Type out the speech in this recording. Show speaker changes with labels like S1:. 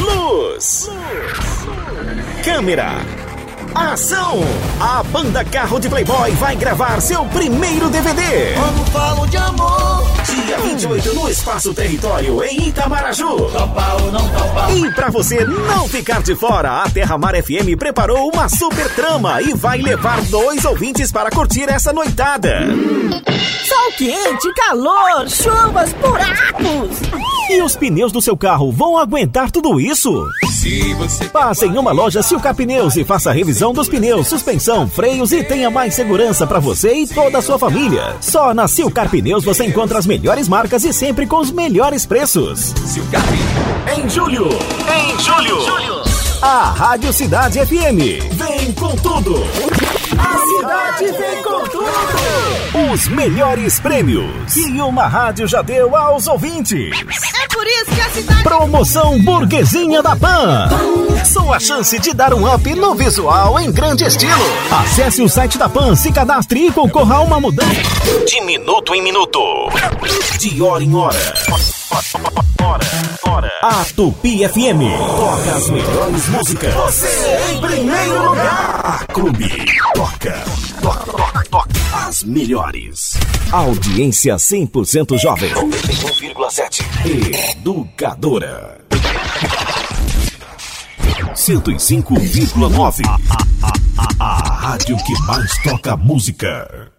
S1: Luz. Câmera. Ação! A banda Carro de Playboy vai gravar seu primeiro DVD.
S2: Quando falam de amor,
S1: Dia 28 no Espaço Território, em Itamaraju.
S2: topa ou não topa?
S1: E pra você não ficar de fora, a Terra Mar FM preparou uma super trama e vai levar dois ouvintes para curtir essa noitada.
S3: Sol quente, calor, chuvas, buracos.
S1: E os pneus do seu carro vão aguentar tudo isso?
S2: Se você
S1: Passe em uma loja Silcar Pneus e faça a revisão dos pneus, suspensão, freios e tenha mais segurança para você e toda a sua família. Só na Silcar Pneus você encontra as melhores marcas e sempre com os melhores preços.
S2: se o carrinho
S1: Em julho, em julho, a Rádio Cidade FM vem com tudo. A cidade vem com tudo. Os melhores prêmios e uma rádio já deu aos ouvintes.
S3: É por isso que a cidade.
S1: Promoção Burguesinha da Pan. Sua chance de dar um up no visual em grande estilo. Acesse o site da Pan, se cadastre e concorra a uma mudança. De minuto em minuto. De hora em hora. Hora, hora. A Tupi FM. Toca as melhores músicas. Você em primeiro lugar. A Clube. Toca. Toca, toca, toca. As melhores. Audiência 100% jovem. 1,7. Educadora. 105,9. A, a, a, a, a rádio que mais toca música.